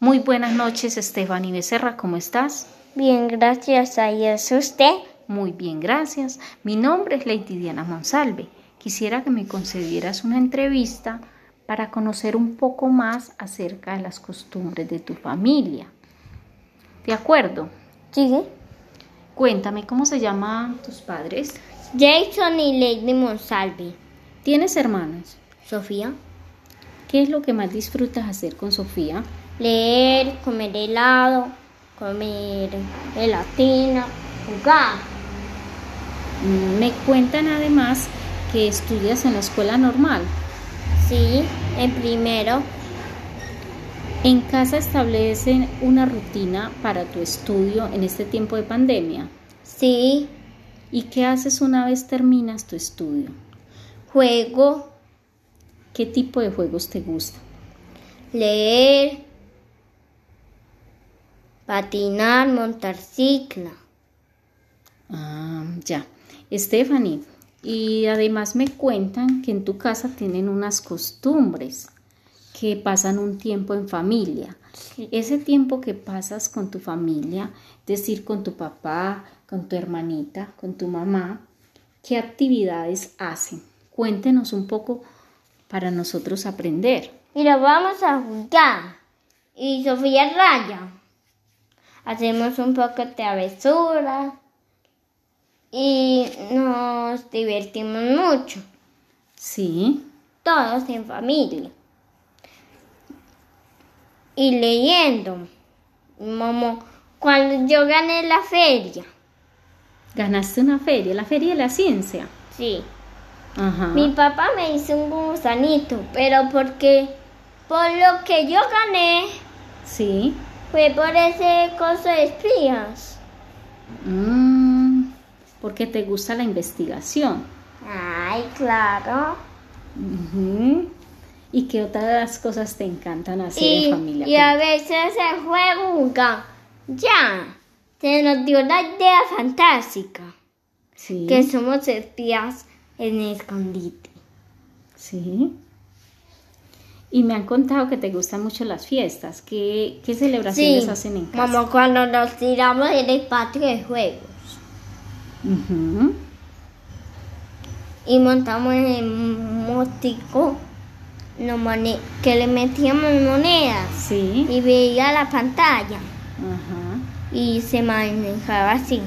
Muy buenas noches, Estefany Becerra, ¿cómo estás? Bien, gracias a Dios. ¿Usted? Muy bien, gracias. Mi nombre es Lady Diana Monsalve. Quisiera que me concedieras una entrevista para conocer un poco más acerca de las costumbres de tu familia. ¿De acuerdo? Sí. Cuéntame, ¿cómo se llaman tus padres? Jason y Lady Monsalve. ¿Tienes hermanos? Sofía. ¿Qué es lo que más disfrutas hacer con Sofía? Leer, comer helado, comer gelatina, jugar. Me cuentan además que estudias en la escuela normal. Sí, en primero. ¿En casa establecen una rutina para tu estudio en este tiempo de pandemia? Sí, ¿Y qué haces una vez terminas tu estudio? juego, ¿Qué tipo de juegos te gustan? leer, patinar, montar cicla. Ah, ya. Stephanie, y además me cuentan que en tu casa tienen unas costumbres, que pasan un tiempo en familia. Ese tiempo que pasas con tu familia, es decir, con tu papá, con tu hermanita, con tu mamá, ¿qué actividades hacen? Cuéntenos un poco para nosotros aprender. Mira, vamos a jugar. Y Sofía raya. Hacemos un poco de travesuras y nos divertimos mucho, Sí, todos en familia. Y leyendo. Momo, cuando yo gané la feria, ganaste una feria, la feria de la ciencia. sí. Ajá. Mi papá me hizo un gusanito, pero porque por lo que yo gané Sí. fue por ese coso de espías. Mm, porque te gusta la investigación. Ay, claro. Ujú. ¿Y qué otras cosas te encantan hacer Y, en familia? pues. y a veces se juega. Ya, se nos dio la idea fantástica Sí. que somos espías en escondite. Sí. Y me han contado que te gustan mucho las fiestas. ¿Qué, qué celebraciones hacen en casa? como cuando nos tiramos en el patio de juegos Ujú. y montamos en el motico lo mone- que le metíamos monedas Sí. y veía la pantalla Ajá. y se manejaba así.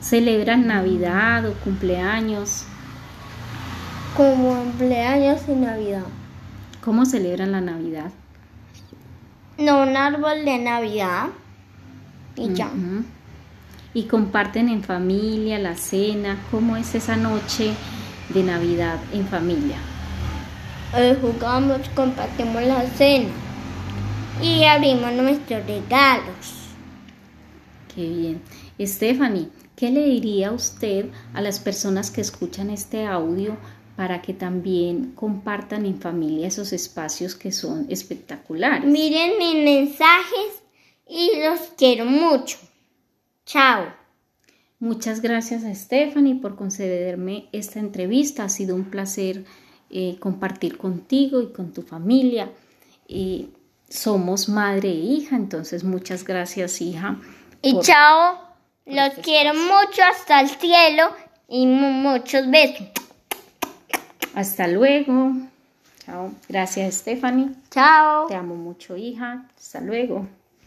Celebran Navidad o cumpleaños. Como cumpleaños y Navidad. ¿Cómo celebran la Navidad? No, un árbol de Navidad. Y ya. Ujú. Y comparten en familia la cena. ¿Cómo es esa noche de Navidad en familia? Hoy jugamos, compartimos la cena. Y abrimos nuestros regalos. Qué bien. Stephanie, ¿qué le diría usted a las personas que escuchan este audio para que también compartan en familia esos espacios que son espectaculares? Miren mis mensajes y los quiero mucho. Chao. Muchas gracias a Stephanie por concederme esta entrevista. Ha sido un placer eh, compartir contigo y con tu familia. Eh, somos madre e hija, entonces muchas gracias hija. Y por- chao. Los quiero mucho hasta el cielo y mu- muchos besos. Hasta luego. Chao. Gracias Stephanie. Chao. Te amo mucho hija. Hasta luego.